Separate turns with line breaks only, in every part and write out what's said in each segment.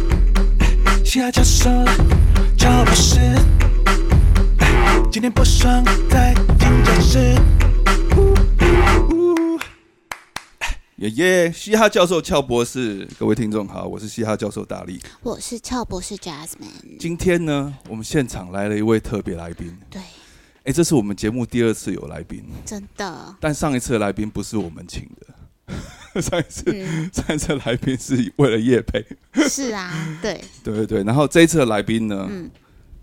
哎
耶耶！嘻哈教授俏博士，各位听众好，我是嘻哈教授大力。
我是俏博士 Jasmine，
今天呢，我们现场来了一位特别来宾，
对，
哎，这是我们节目第二次有来宾，
真的，
但上一次的来宾不是我们请的， 上一次、
嗯，
上一次的来宾是为了叶培，
是啊，对，
对对对。然后这一次的来宾呢，
嗯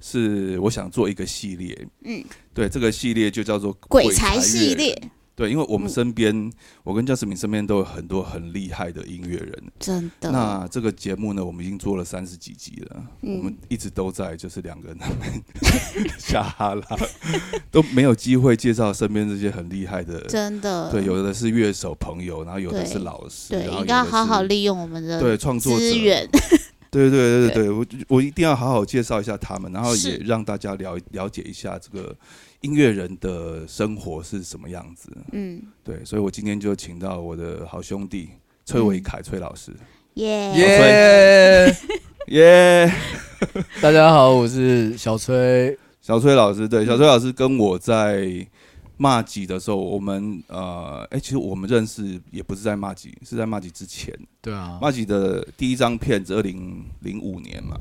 是我想做一个系列，
嗯，
对，这个系列就叫做
鬼才系
乐人。
列，嗯
对，因为我们身边，我跟 Jasmine 身边都有很多很厉害的音乐人，
真的，
那这个节目呢，我们已经做了三十几集了，
嗯
我们一直都在就是两个人 下哈拉，都没有机会介绍身边这些很厉害的，
真的，
对，有的是乐手朋友，然后有的是老师，
对，
然后有的
应该要
是
好好利用我们的
对创作者
资，源，
对对对对对，我我一定要好好介绍一下他们，然后也
是
让大家了了解一下这个音乐人的生活是什么样子，
嗯，
对，所以我今天就请到我的好兄弟崔伟凯崔老师，
耶，
耶
耶！
嗯
耶、
大家好，我是小崔。
小崔老师，
嗯
对，小崔老师跟我在骂吉的时候，我们呃，哎、其实我们认识也不是在骂吉，是在骂吉之前。
对啊
骂吉的第一张片是二零零五年嘛，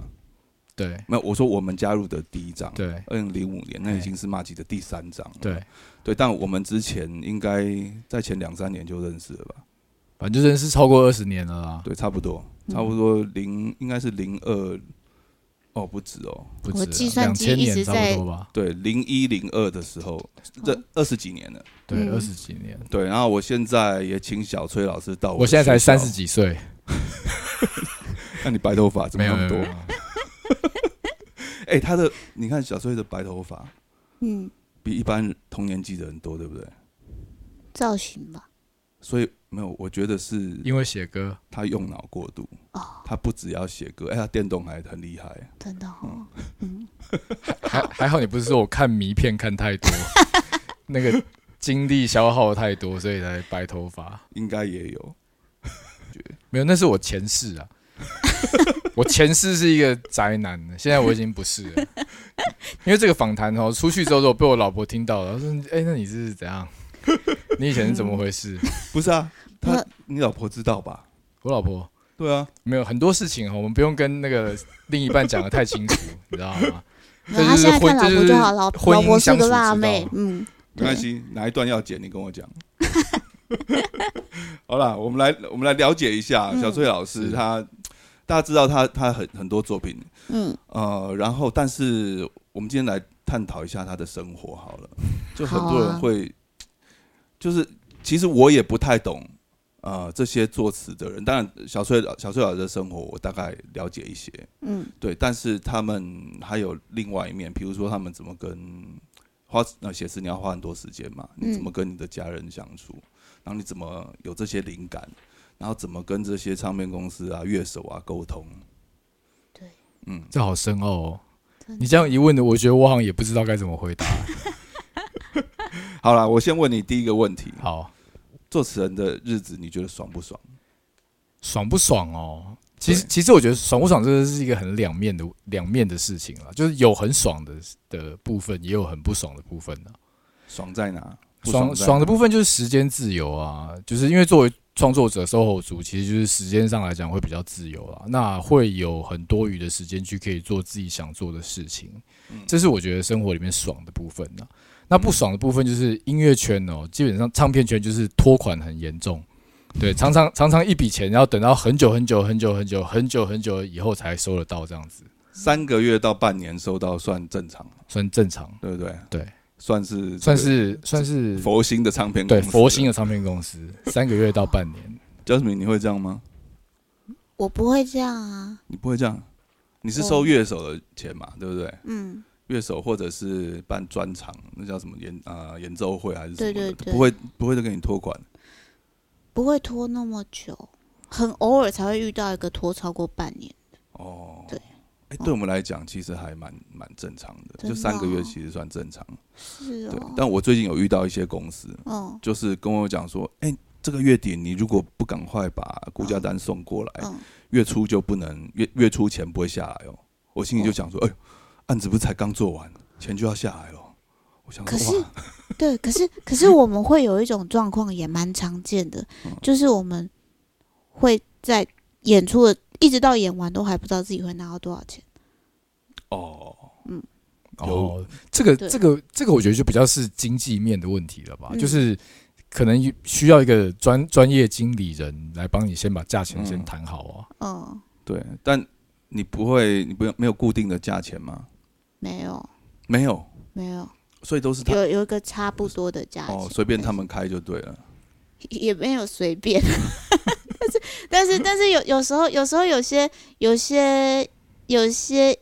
对
没有，我说我们加入的第一张，，
对
二零零五年，那已经是骂吉的第三张，
对，
对，但我们之前应该在前两三年就认识了吧？
反正就认识超过二十年了啦，
对，差不多，
嗯
差不多零，应该是零二，哦，不止哦，
不
我
止啊
计算
两
机
千
一
年
直
差
在
不多吧？
对，零一零二的时候，这
哦
二十几年了。
对，
嗯
二十几年。
对，然后我现在也请小崔老师
哦
到我
我现在才三十
几，
几岁，
那你白头发怎么
没有
那么
没有
多
没？有
哎、他的你看小崔的白头发
嗯，
比一般同年纪的人多，对不对？
造型吧，
所以没有，我觉得是
因为写歌，
他用脑过度，
哦，
他不只要写歌，哎、他电动还很厉害。
真的哦，嗯，
还还好你不是说我看迷片看太多， 那个精力消耗太多，所以才白头发。
应该也有，
没有，那是我前世啊。我前世是一个宅男，啊现在我已经不是了。因为这个访谈哦，出去之后如果被我老婆听到了，她说：“哎、那你是怎样？你以前是怎么回事
不是啊？他
那
你老婆知道吧？？”
我老婆
对啊，
没有很多事情哦，我们不用跟那个另一半讲的太清楚，你知道吗？
然后他
这就是
现在看
婚
老婆
这就是
就好，老
婚
老
姻
婆是
相
个
处
辣
之
妹
道，
嗯，
没关系，哪一段要剪你跟我讲。 好啦，我们来我们来了解一下
嗯
小崔老师，
是
他大家知道他他很很多作品，
嗯，
呃，然后但是我们今天来探讨一下他的生活好 了，就很多
好
人
啊
会，就是其实我也不太懂，呃，这些作词的人，当然小崔老小崔老师的生活我大概了解一些，
嗯，
对，但是他们还有另外一面，比如说他们怎么跟花呃写诗，你要花很多时间嘛，你
嗯
怎么跟你的家人相处，然后你怎么有这些灵感，然后怎么跟这些唱片公司啊、乐手啊沟通，
对，
嗯，
这好深奥哦。
真的
你这样一问，我觉得我好像也不知道该怎么回答。
好啦，我先问你第一个问题：
好，
作词人的日子你觉得爽不爽？
爽不爽哦？其实
对，
其实我觉得爽不爽这个是一个很两面的两面的事情啦，就是有很爽的的部分，也有很不爽的部分啊啦。
爽在哪？不
爽
在
爽的
哪
部分就是时间自由啊，就是因为作为创作者、售后族，其实就是时间上来讲会比较自由啦，那会有很多余的时间去可以做自己想做的事情，
嗯
这是我觉得生活里面爽的部分呢、那不爽的部分就是音乐圈哦，基本上唱片圈就是拖款很严重，对，常常常常一笔钱要等到很久很久很久很久很久很久以后才收得到，这样子
三个月到半年收到算正常，
算正常，
对不对？
对，
算是
算是算是
佛心的唱片
对
公司
佛心。的唱片公司，三个月到半年。
Jasmine，你会这样吗？
我不会这样啊，
你不会这样，你是收
我
乐手的钱嘛，对不对？
嗯，
乐手或者是办专场，那叫什么演啊、演奏会还是什么的，
对对对
不会不会再给你托管。
不会拖那么久，很偶尔才会遇到一个拖超过半年，
哦，
对
哎，对我们来讲其实还蛮蛮正常的，
真的
就三个月
哦
其实算正常。
是
对
哦，，
但我最近有遇到一些公司，
嗯
就是跟我讲说，哎、这个月底你如果不赶快把估价单送过来，
嗯，
月初就不能月月初钱
哦
不会下来哦。我心里就想说，哎、呦，案子不是才刚做完，钱就要下来了。我我想
可
说，
是
哇，
对，可是可是我们会有一种状况也蛮常见的，
嗯
就是我们会在演出的一直到演完都还不知道自己会拿到多少钱。
哦，
哦
有，
这个
对
这个这个，我觉得就比较是经济面的问题了吧，
嗯
就是可能需要一个专专业经理人来帮你先把价钱先
嗯
谈好啊。
嗯，
对，但你不会，你不用没有固定的价钱吗？
没有
没有，
没有，
所以都是他
有有一个差不多的价钱，
哦，随便他们开就对了。
也没有随便， 但是但是但是有有时候有时候有些有些有些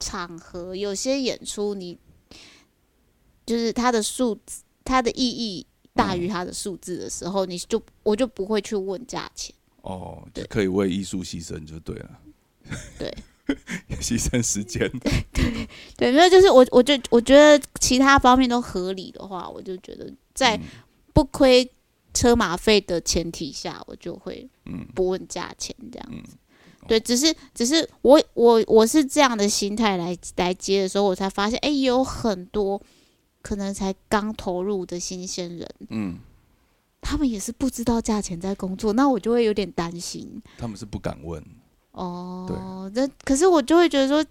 场合有些演出你，就是它的数字它的意义大于它的数字的时候，你就我就不会去问价钱。
哦，就
对
可以为艺术牺牲就对了。
对，
牺牲时间。
对，没有就是我我就我觉得其他方面都合理的话，我就觉得在
嗯
不亏车马费的前提下，我就会
嗯
不问价钱这样
嗯
子。对，只是只是我我我是这样的心态来来接的时候，我才发现，哎、有很多可能才刚投入的新鲜人，
嗯，
他们也是不知道价钱在工作，那我就会有点担心
他们是不敢问。
哦。那可是我就会觉得说，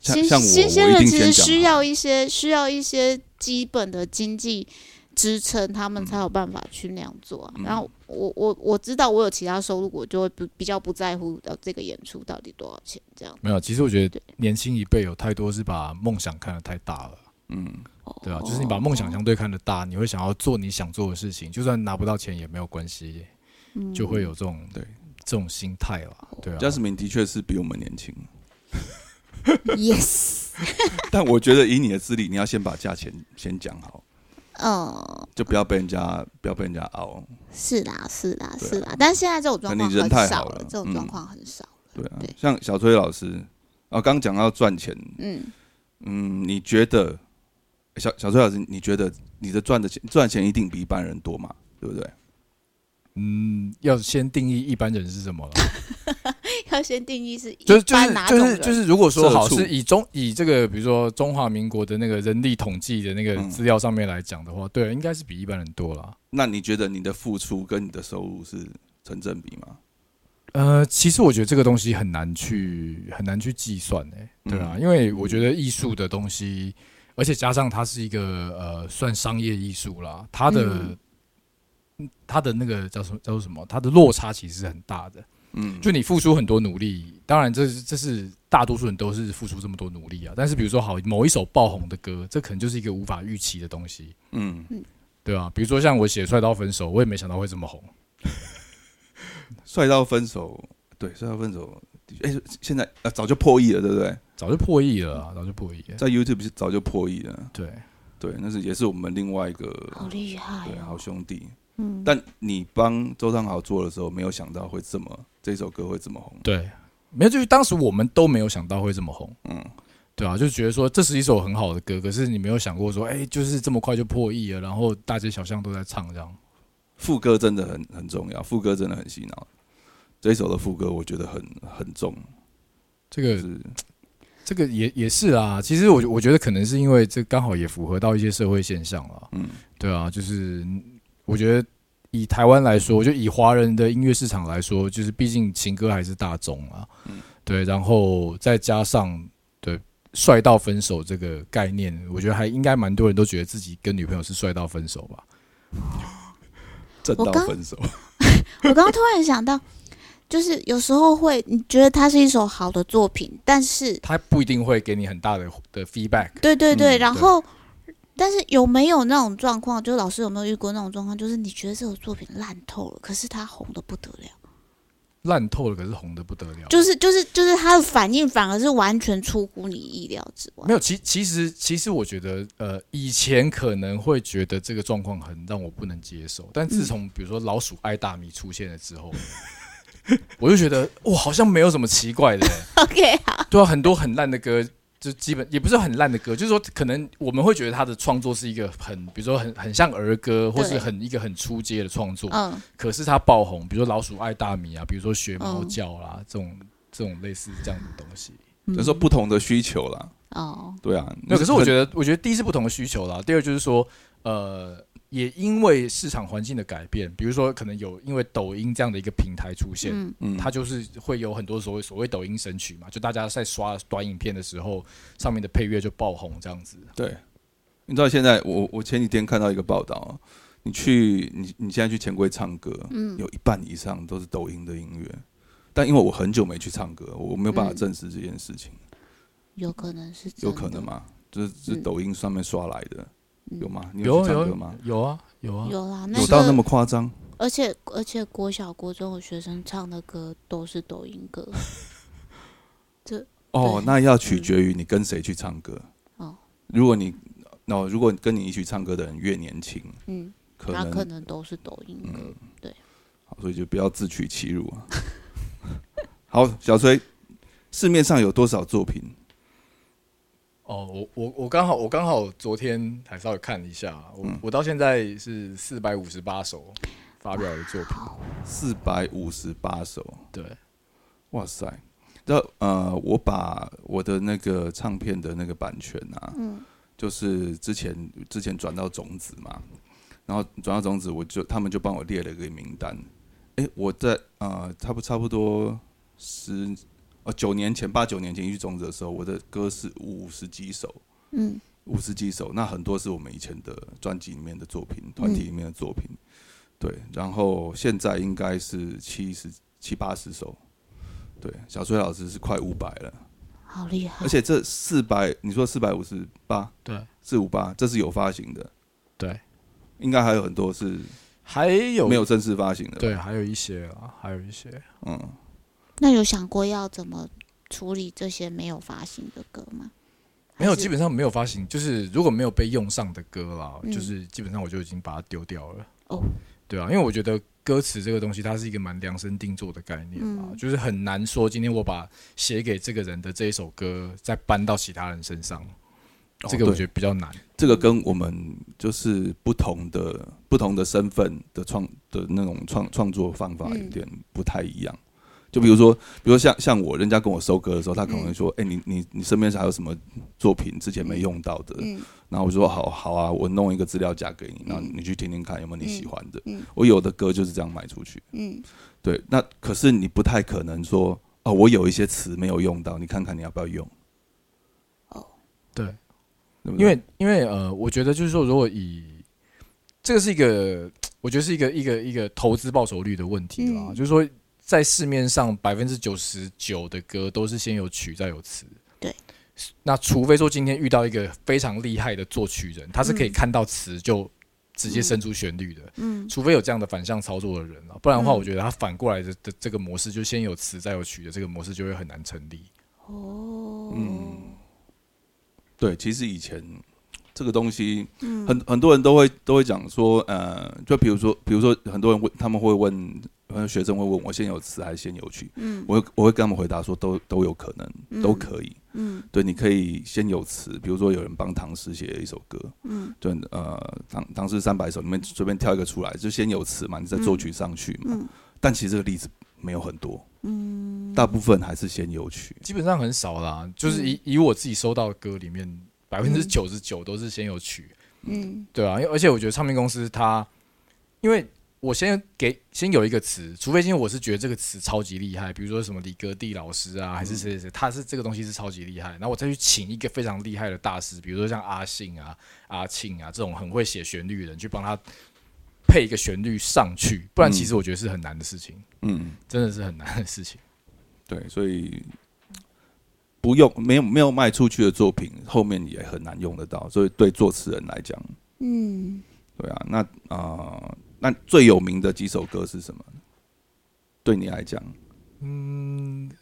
像
新
像我，
新鲜
我
人
一定
其实
先讲啊
需
好。
要一些需要一些基本的经济支撑，他们才有办法去那样做、啊。
嗯
然后我我我知道我有其他收入，我就会不比较不在乎到这个演出到底多少钱这样。
没有，其实我觉得
对
年轻一辈有太多是把梦想看得太大了，
嗯，
哦
对啊，就是你把梦想相对看得大，你会想要做你想做的事情，就算拿不到钱也没有关系，
嗯哦
就会有这种
对
这种心态啦，对啊。
贾斯敏的确是比我们年轻，
yes，
但我觉得以你的资历，你要先把价钱先讲好，
嗯，
就不要被人家不要被人家熬。
是啦是啦
对啊
是啦，但现在这种状
那
况
你人太
很少
好了
这种
嗯
状况很少。
对啊
对，
像小崔老师啊，刚讲到赚钱，
嗯，
嗯，你觉得小小崔老师，你觉得你的赚的钱赚钱一定比一般人多嘛？对不对？
嗯，要先定义一般人是什么了，
要先定义是一
就是就
般
是
哪
就
种
是
人，
就是，如果说好
社畜
是以中以这个比如说中华民国的那个人力统计的那个
嗯
资料上面来讲的话，对，应该是比一般人多啦。
那你觉得你的付出跟你的收入是成正比吗？
呃，其实我觉得这个东西很难去很难去计算诶、对啊，
嗯
因为我觉得艺术的东西，而且加上它是一个呃算商业艺术啦，它的、
嗯
它的那个叫什么叫做什么，它的落差其实是很大的。
嗯，
就你付出很多努力，当然这是这是大多数人都是付出这么多努力啊。但是比如说好某一首爆红的歌，这可能就是一个无法预期的东西，
嗯，
对啊，比如说像我写《帅到分手》，我也没想到会这么红。
帅到分手，对，帅到分手，哎、现在呃早就破亿了，对不对？
早就破亿了啊，早就破亿了。
在 YouTube 是早就破亿了，
对，
对，那是也是我们另外一个
好厉害
对好
哦，
兄弟。
嗯，
但你帮周汤豪做的时候，没有想到会这么这首歌会这么红，
对，没有，就是当时我们都没有想到会这么红，
嗯，
对啊，就觉得说这是一首很好的歌，可是你没有想过说，哎、就是这么快就破亿了，然后大街小巷都在唱这样。
副歌真的很很重要，副歌真的很洗脑。这一首的副歌我觉得很很重，
这
就
个
是
这个也也是啊，其实我我觉得可能是因为这刚好也符合到一些社会现象了，
嗯
对啊，就是我觉得以台湾来说，就以华人的音乐市场来说，就是毕竟情歌还是大众啊，对，然后再加上对帅到分手这个概念，我觉得还应该蛮多人都觉得自己跟女朋友是帅到分手吧，
正
我
到
刚
分手，
我刚刚突然想到，就是有时候会，你觉得它是一首好的作品，但是，
他不一定会给你很大的的 feedback，
对对对，
嗯
然后，但是有没有那种状况？就老师有没有遇过那种状况？就是你觉得这首作品烂透了，可是它红的不得了，
烂透了，可是红的不得了，
就是就是就是它的反应反而是完全出乎你意料之外
没。有，其其实其实我觉得，呃，以前可能会觉得这个状况很让我不能接受，但
嗯
自从比如说老鼠爱大米出现了之后， 我就觉得哇，好像没有什么奇怪的、 欸，
OK，好，
对啊，很多很烂的歌。就基本也不是很烂的歌，就是说，可能我们会觉得他的创作是一个很，比如说很很像儿歌，或是
对
很一个很出街的创作。
嗯，
可是他爆红，比如说《老鼠爱大米》啊，比如说《学猫啊
嗯
叫》啦，这种这种类似这样的东西。
嗯
就是说不同的需求啦，
哦，
对啊，
那可是我觉
得
得，我觉得第一是不同的需求啦，第二就是说，呃，也因为市场环境的改变，比如说可能有因为抖音这样的一个平台出现，
嗯
嗯
它就是会有很多所谓所谓抖音神曲嘛，就大家在刷短影片的时候，上面的配乐就爆红这样子。
对，你知道现在我我前几天看到一个报道啊，你去你你现在去钱柜唱歌，
嗯
有一半以上都是抖音的音乐，但因为我很久没去唱歌，我没有办法
嗯
证实这件事情，
有可能是真的
有可能？吗？就是是
嗯
抖音上面刷来的，
嗯
有吗？你
有
去唱歌
有
吗？
有啊有啊，
有啦，
有
那
到那
个
么夸张？
而且而且国小国中的学生唱的歌都是抖音歌，
哦
对，
那要取决于你跟谁去唱歌。
哦
如果你那、哦如果跟你一起唱歌的人越年轻，
嗯，
可
他
能
可能都是抖音歌。
嗯，
对
好，所以就不要自取其辱啊。 好，小崔，市面上有多少作品？
哦，我我我刚好我刚好昨天还稍微看了一下，我、我到现在是四百五十八首发表的作品，
四百五十八首，
对，
哇塞！那呃，我把我的那个唱片的那个版权啊，
嗯
就是之前之前转到种子嘛，然后转到种子，我就他们就帮我列了一个名单。诶，我在呃，差不差不多十呃九年前八九年前去种子的时候，我的歌是五十几首，
嗯
五十几首，那很多是我们以前的专辑里面的作
嗯
品，团体里面的作品。对，然后现在应该是七十七八十首。对，小崔老师是快五百了，
好厉害
而！且这四百，你说四百五十八，
对，
四五八，这是有发行的，
对，
应该还有很多是
还有
没有正式发行的。，
对，还有一些啊，还有一些。
嗯，
那有想过要怎么处理这些没有发行的歌吗？
没有，
还是
基本上没有发行，就是如果没有被用上的歌啦，
嗯
就是基本上我就已经把它丢掉了。
哦，
对啊，因为我觉得歌词这个东西，它是一个蛮量身定做的概念嘛，
嗯
就是很难说今天我把写给这个人的这一首歌再搬到其他人身上，这个我觉
得
得比较难。
哦这个跟我们就是不同的不同的身份的创的那种创创作方法有
嗯
点不太一样。就比如说，比如像像我，人家跟我收歌的时候，他可能会说：“哎、你你你身边还有什么作品之前没用到的？”
嗯嗯
然后我就说：“好好啊，我弄一个资料夹给你，然后
嗯
你去听听看有没有你喜欢的。
嗯嗯
我有的歌就是这样卖出去。
嗯
对，那可是你不太可能说哦，我有一些词没有用到，你看看你要不要用？
对，
对不对
因为因为呃，我觉得就是说，如果以这个是一个，我觉得是一个一个一个投资报酬率的问题啦，
嗯
就是说在市面上百分之九十九的歌都是先有曲再有词，
对。
那除非说今天遇到一个非常厉害的作曲人，他是可以
嗯
看到词就直接生出旋律的，
嗯
除非有这样的反向操作的人啊，不然的话，
嗯
我觉得他反过来的的这个模式，就先有词再有曲的这个模式就会很难成立。
哦
嗯对，其实以前这个东西
嗯
很很多人都会都会讲说，呃，就比如说，比如说很多人会他们会问，呃，学生会问我先有词还是先有曲，
嗯
我会我会跟他们回答说都都有可能，
嗯
都可以。
嗯
对，你可以先有词，比如说有人帮唐诗写了一首歌，
嗯
就呃唐唐诗三百首里面随便挑一个出来，就先有词嘛，你再作曲上去嘛。
嗯
但其实这个例子没有很多，
嗯，
大部分还是先有曲。
基本上很少啦，就是以、以我自己收到的歌里面，百分之九十九都是先有曲，
嗯
对啊，因为而且我觉得唱片公司它，因为我先给先有一个词，除非今天我是觉得这个词超级厉害，比如说什么李格弟老师啊，还是谁谁谁，他是这个东西是超级厉害，然后我再去请一个非常厉害的大师，比如说像阿信啊、阿庆啊这种很会写旋律的人去帮他配一个旋律上去，不然
嗯
其实我觉得是很难的事情，
嗯，
真的是很难的事情。
对，所以不用没有没有卖出去的作品，后面也很难用得到。所以对作词人来讲，
嗯，
对啊，那啊、呃那最有名的几首歌是什么？对你来讲，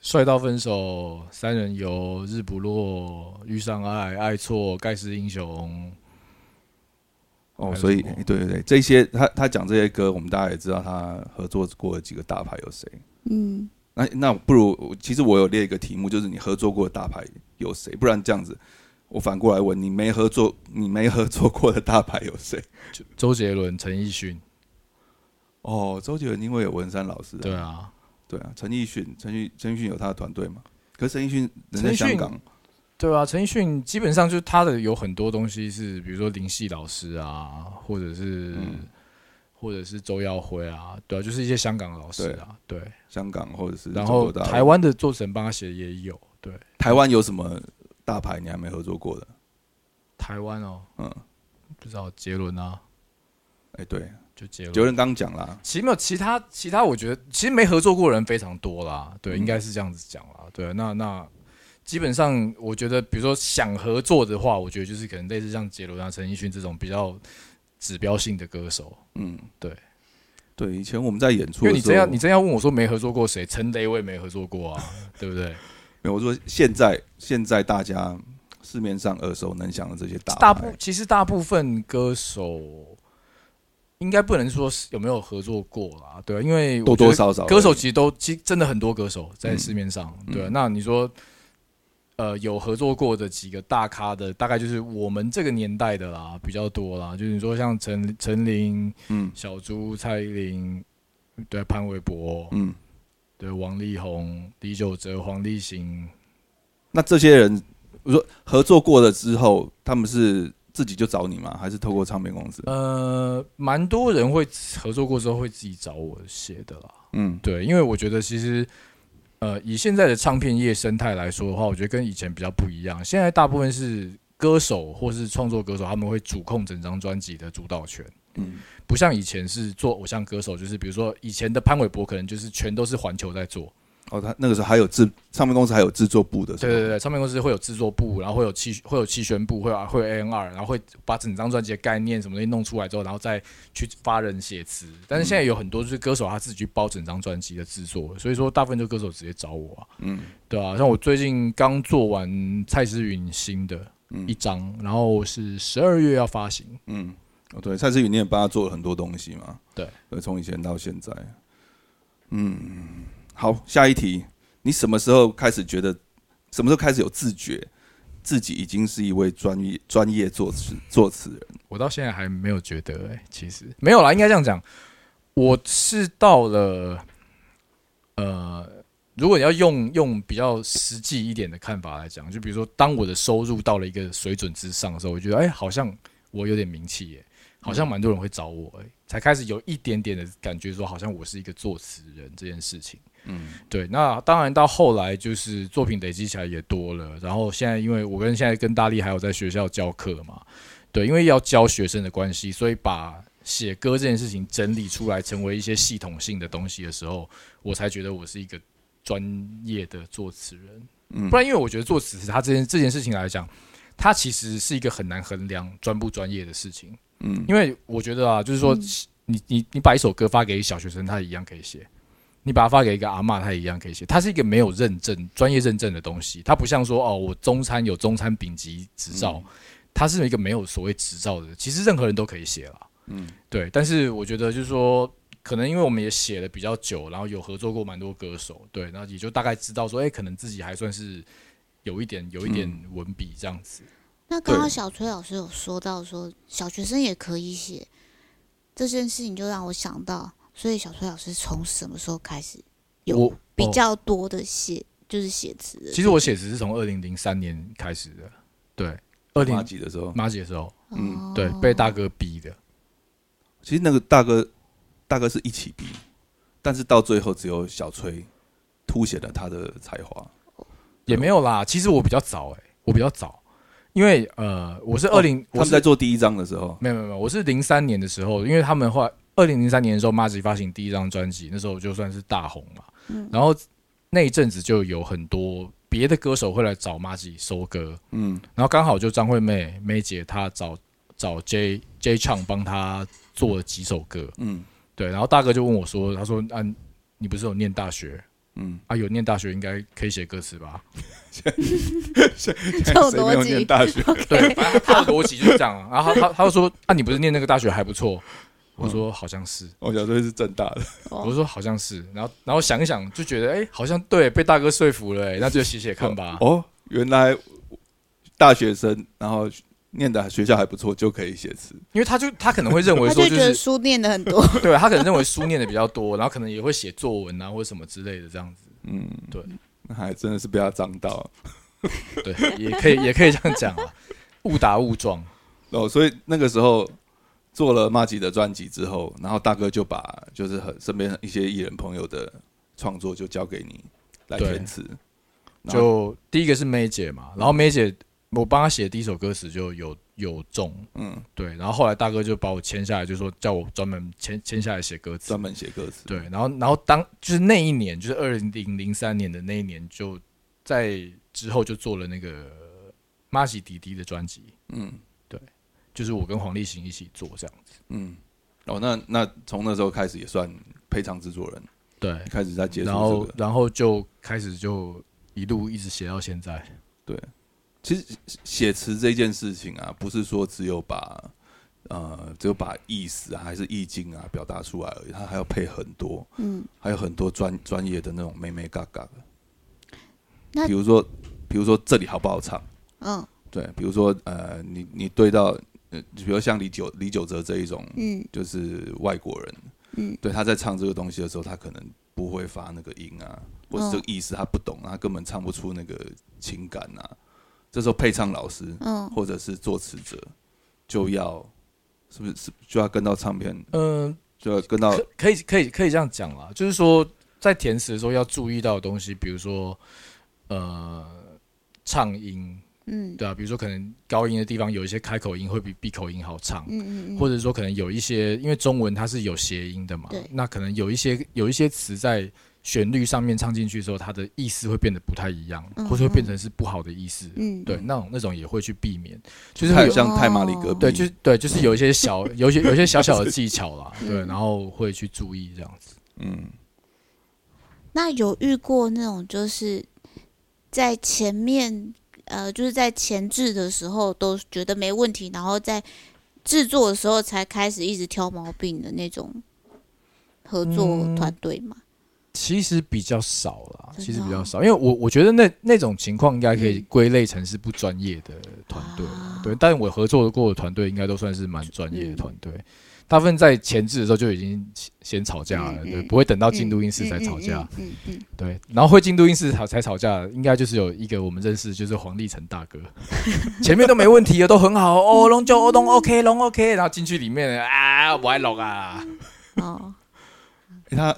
帅到分手、三人游、日不落、遇上爱、爱错、盖世英雄。还
哦，
有
所以
什么
诶对对对，这些他他讲这些歌，我们大家也知道他合作过的几个大牌有谁。
嗯
那那不如，其实我有列一个题目，就是你合作过的大牌有谁？不然这样子，我反过来问你，没合作你没合作过的大牌有谁？
周杰伦、陈奕迅，
哦，周杰伦因为有文山老师、啊，
对啊，
对啊，陈奕迅，陈奕陈奕迅有他的团队嘛？可是陈奕迅人
陈
在
奕迅
香港，
对啊，陈奕迅基本上就是他的有很多东西是，比如说林夕老师啊，或者是、或者是周耀辉啊，对啊，就是一些香港老师啊，对。
香港或者是
然
中
后
国大陆
台湾的作者帮他写的也有，对。
台湾有什么大牌你还没合作过的？
台湾哦，
嗯，
不知道杰伦啊，
哎、对，
就杰伦。
有人刚讲啦，
其实没有其他其他，我觉得其实没合作过的人非常多啦，
嗯
对，应该是这样子讲啦，对，那那基本上我觉得，比如说想合作的话，我觉得就是可能类似像杰伦啊、陈奕迅这种比较指标性的歌手，
嗯，
对
对，以前我们在演出
因为
的
你
时
真要
候，
你真要问我说没合作过谁，陈雷我也没合作过啊，对不 对？
没有我说现在现在大家市面上耳熟能详的这些大
大部
牌，
其实大部分歌手应该不能说是有没有合作过啦，对啊，因为我
多
觉得
多少少而已
歌手其实都其实真的很多歌手在
嗯
市面上，
嗯
对啊、那你说，呃，有合作过的几个大咖的，大概就是我们这个年代的啦，比较多啦。就是你说像陈陈琳、
嗯
小猪、蔡依林，对潘玮柏，
嗯，
对王力宏、李玖哲、黄立行，
那这些人，我说合作过了之后，他们是自己就找你吗？还是透过唱片公司？
呃，蛮多人会合作过之后会自己找我写的啦。
嗯
对，因为我觉得其实，呃，以现在的唱片业生态来说的话，我觉得跟以前比较不一样。现在大部分是歌手或是创作歌手，他们会主控整张专辑的主导权，
嗯
不像以前是做偶像歌手，就是比如说以前的潘玮柏，可能就是全都是环球在做，
哦，他那个时候还有制唱片公司还有制作部的，
对对，对，唱片公司会有制作部，然后会有气会有气宣部，会有会有 A N R，然后会把整张专辑的概念什么东西弄出来之后，然后再去发人写词。但是
嗯
现在有很多就是歌手他自己去包整张专辑的制作，所以说大部分就歌手直接找我啊。
嗯
对啊，像我最近刚做完蔡诗芸新的
嗯
一张，然后是十二月要发行。
嗯，哦对，蔡思雨你也帮他做了很多东西嘛，
对，
对，从以前到现在，嗯，好，下一题，你什么时候开始觉得，什么时候开始有自觉，自己已经是一位专业专业作词作词人？
我到现在还没有觉得、欸，其实没有啦，应该这样讲，我是到了，呃，如果你要用用比较实际一点的看法来讲，就比如说，当我的收入到了一个水准之上的时候，我觉得，哎、好像我有点名气耶、好像蛮多人会找我、欸，才开始有一点点的感觉，说好像我是一个作词人这件事情。
嗯
对，那当然到后来就是作品累积起来也多了，然后现在因为我跟现在跟大力还有在学校教课嘛，对，因为要教学生的关系，所以把写歌这件事情整理出来，成为一些系统性的东西的时候，我才觉得我是一个专业的作词人。
嗯
不然，因为我觉得作词它这件这件事情来讲，它其实是一个很难衡量专不专业的事情，
嗯
因为我觉得啊，就是说你你你把一首歌发给小学生，他一样可以写；你把它发给一个阿嬷，他一样可以写。它是一个没有认证、专业认证的东西，它不像说哦，我中餐有中餐丙级执
嗯
照，它是一个没有所谓执照的。其实任何人都可以写啦。
嗯，
对。但是我觉得就是说，可能因为我们也写了比较久，然后有合作过蛮多歌手，对，那也就大概知道说，哎，可能自己还算是有一点有一点
嗯
文笔这样子。
那刚刚
对
小崔老师有说到说小学生也可以写这件事情，就让我想到，所以小崔老师从什么时候开始有
我
比
哦
较多的写，就是写词的？
其实我写词是从二零零三年开始的，对，
八
二零
级的时候，
马姐的时候，
哦
嗯
对，被大哥逼的，
其实那个大哥大哥是一起比，但是到最后只有小崔凸显了他的才华。
也没有啦。其实我比较早、欸，我比较早，因为呃，我是二零、
哦他
我
们
是
在做第一章的时候，
没有没有没有，我是零三年的时候，因为他们后来二零零三年的时候，马吉发行第一张专辑，那时候就算是大红嘛。
嗯
然后那一阵子就有很多别的歌手会来找马吉收歌，
嗯
然后刚好就张惠妹妹姐她找找 J J 唱帮她做了几首歌，
嗯
对，然后大哥就问我说，他说啊，你不是有念大学
嗯，
啊？有念大学应该可以写歌词 吧？
这种
谁没有
逻
念
辑，
大 学？
对，反正他的逻辑就是这样啊。然后他他他就说：“啊，你不是念那个大学还不错？”我说：“好像是。
我小崔是正大的，”
哦
我说：“好像是。”然后然后想一想，就觉得哎、好像对，被大哥说服了、哎，那就写写看吧。
哦，原来大学生，然后念的学校还不错，就可以写词。
因为他就他可能会认为
他
说，
就
就
觉得
是
书念的很 多，
对他可能认为书念的比较多，然后可能也会写作文啊或者什么之类的这样子。
嗯，
对，
那还真的是被他脏到。
对，也可以也可以这样讲啊，误打误撞。
哦，所以那个时候做了马吉的专辑之后，然后大哥就把就是很身边一些艺人朋友的创作就交给你来
对
填词，然后
就第一个是 May 姐嘛，然后 May 姐我帮她写的第一首歌词就有有中，
嗯
对，然后后来大哥就把我签下来，就说叫我专门签签下来写歌词
专，门写歌词，
对，然后然后当就是那一年，就是二零零三年的那一年，就在之后就做了那个马喜迪迪的专辑，
嗯
就是我跟黄立行一起做这样子，
嗯，哦，那那从那时候开始也算配唱制作人，
对，
开始在接触
然
这
后
个。
然后就开始就一路一直写到现在，
其实写词这件事情啊，不是说只有把呃只有把意思啊还是意境啊表达出来而已，它还要配很多，
嗯，
还有很多专专业的那种妹妹嘎嘎的，
那
比如说比如说这里好不好唱，
嗯
对，比如说呃你你对到呃比如像李九李九哲这一种，
嗯
就是外国人，
嗯，
对，他在唱这个东西的时候，他可能不会发那个音啊，
嗯
或是这个意思他不懂，啊他根本唱不出那个情感啊。这时候配唱老师
嗯
或者是作词者就要是不是是就要跟到唱片，
嗯、
就要跟到
可可以可以可以这样讲啦，就是说在填词的时候要注意到的东西，比如说呃唱音，
嗯
对啊，比如说可能高音的地方有一些开口音会比闭口音好唱，
嗯嗯，
或者说可能有一些因为中文它是有谐音的嘛
对，
那可能有一些有一些词在旋律上面唱进去之后，它的意思会变得不太一样，
嗯
或者会变成是不好的意思，
嗯
对，那种那种也会去避免，就是会
太
有
像泰马里
哦
戈壁，
对，就是对，就是有一些小有一些有一些小小的技巧啦，
嗯
对，然后会去注意这样子。
嗯，
那有遇过那种就是在前面呃，就是在前置的时候都觉得没问题，然后在制作的时候才开始一直挑毛病的那种合作
嗯
团队嘛？
其实比较少啦，
真的
其实比
哦
较少，因为我我觉得那那种情况应该可以
嗯
归类成是不专业的团队啦，
啊嗯
对。但我合作过的团队应该都算是蛮专业的团队，大部分在前置的时候就已经先先吵架了，
嗯嗯
对，不会等到进录音室才
嗯
吵架，，
嗯嗯嗯
对。然后会进录音室才才吵架，应该就是有一个我们认识，就是黄立成大哥， 前面都没问题了，都很 好哦，龙就哦龙 OK 龙 OK，然后进去里面啊，我爱龙啊，
嗯哦，
诶他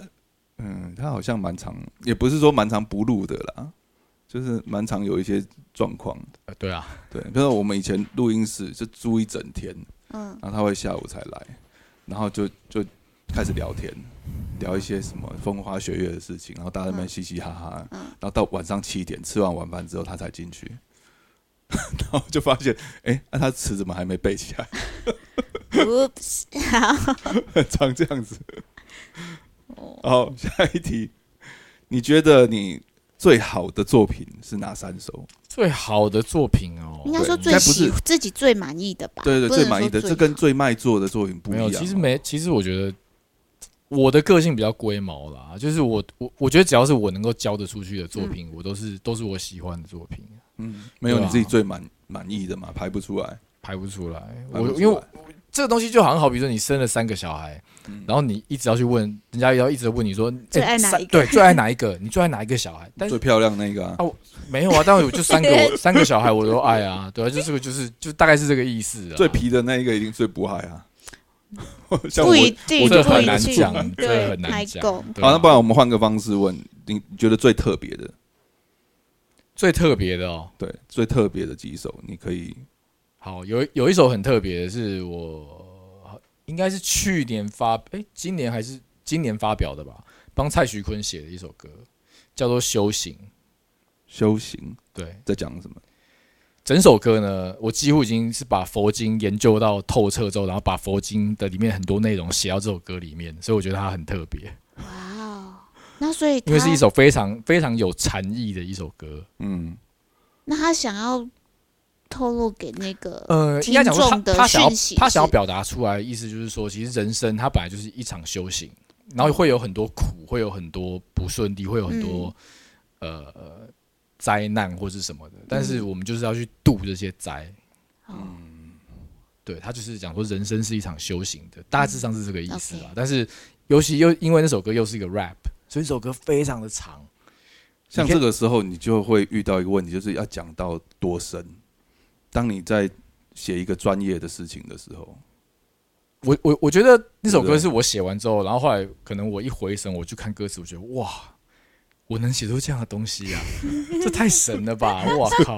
嗯他好像蛮常，也不是说蛮常不录的啦，就是蛮常有一些状况。
呃对啊，
对，比如说我们以前录音室就租一整天，
嗯
然后他会下午才来，然后就就开始聊天，聊一些什么风花雪月的事情，然后大家在那边嘻嘻哈哈，
嗯
然后到晚上七点吃完晚饭之后他才进去， 然后就发现，哎、那、他词怎么还没背起来？ 哦
，oops，好，
很常这样子。
哦
好，下一题，你觉得你最好的作品是哪三首？
最好的作品哦，
应该说
对
最
应该不
喜
是
自己最满意的吧？
对对
不
对，最
能
满意
说
的，
最
这跟
好
最卖座的作品不一
没
样哦。
有，其实没，其实我觉得我的个性比较龟毛啦，就是我我我觉得只要是我能够交得出去的作品，我都是都是我喜欢的作品，
嗯，没有
对啊
你自己最满满意的嘛，排不出来。
排不出来。
排不
我
出来
因为我这个东西就好像好比说你生了三个小孩，
嗯
然后你一直要去问人家，要一直问你说
最
哎
爱哪
三
一个
对，最爱哪一个？ 你最爱哪一个小孩？但
最
是
漂亮那个啊
啊，我没有啊，但我就三个我三个小孩我都爱 啊，对啊，就这个就是就大概是这个意思啊。
最皮的那一个一定最不嗨 啊。像我
不一
好，
定，
这
不
很
一
难
定
讲这
对，
很难
太
讲
够
对啊
那不然我们换个方式问，你你觉得最特别的，
最特别的哦，
对，最特别的几首，你可以
好，有一有一首很特别的是我应该是去年发，诶，今年还是今年发表的吧？帮蔡徐坤写的一首歌，叫做《修行》。
修行，
对，
在讲什么？
整首歌呢，我几乎已经是把佛经研究到透彻之后，然后把佛经的里面很多内容写到这首歌里面，所以我觉得它很特别，
哇哦，那所以
因为
他
是一首非常非常有禅意的一首歌。
嗯，
那他想要透露给那个，
呃，
听
应该讲说
众的
他他想要
讯息
他想要
是
表达出来的意思就是说，其实人生它本来就是一场修行，然后会有很多苦，会有很多不顺利，会有很多、
嗯
呃呃灾难或是什么的，但是我们就是要去度这些灾。
哦
对他就是讲说，人生是一场修行的，大致上是这个意思啦。
嗯 OK
但是尤其又因为那首歌又是一个 rap，所以这首歌非常的长。
像这个时候，你就会遇到一个问题，就是要讲到多深。当你在写一个专业的事情的时候，
我我我觉得那首
对不
歌
对
是我写完之后，然后后来可能我一回神，我去看歌词，我觉得哇，我能写出这样的东西啊， 这太神了吧！哇靠，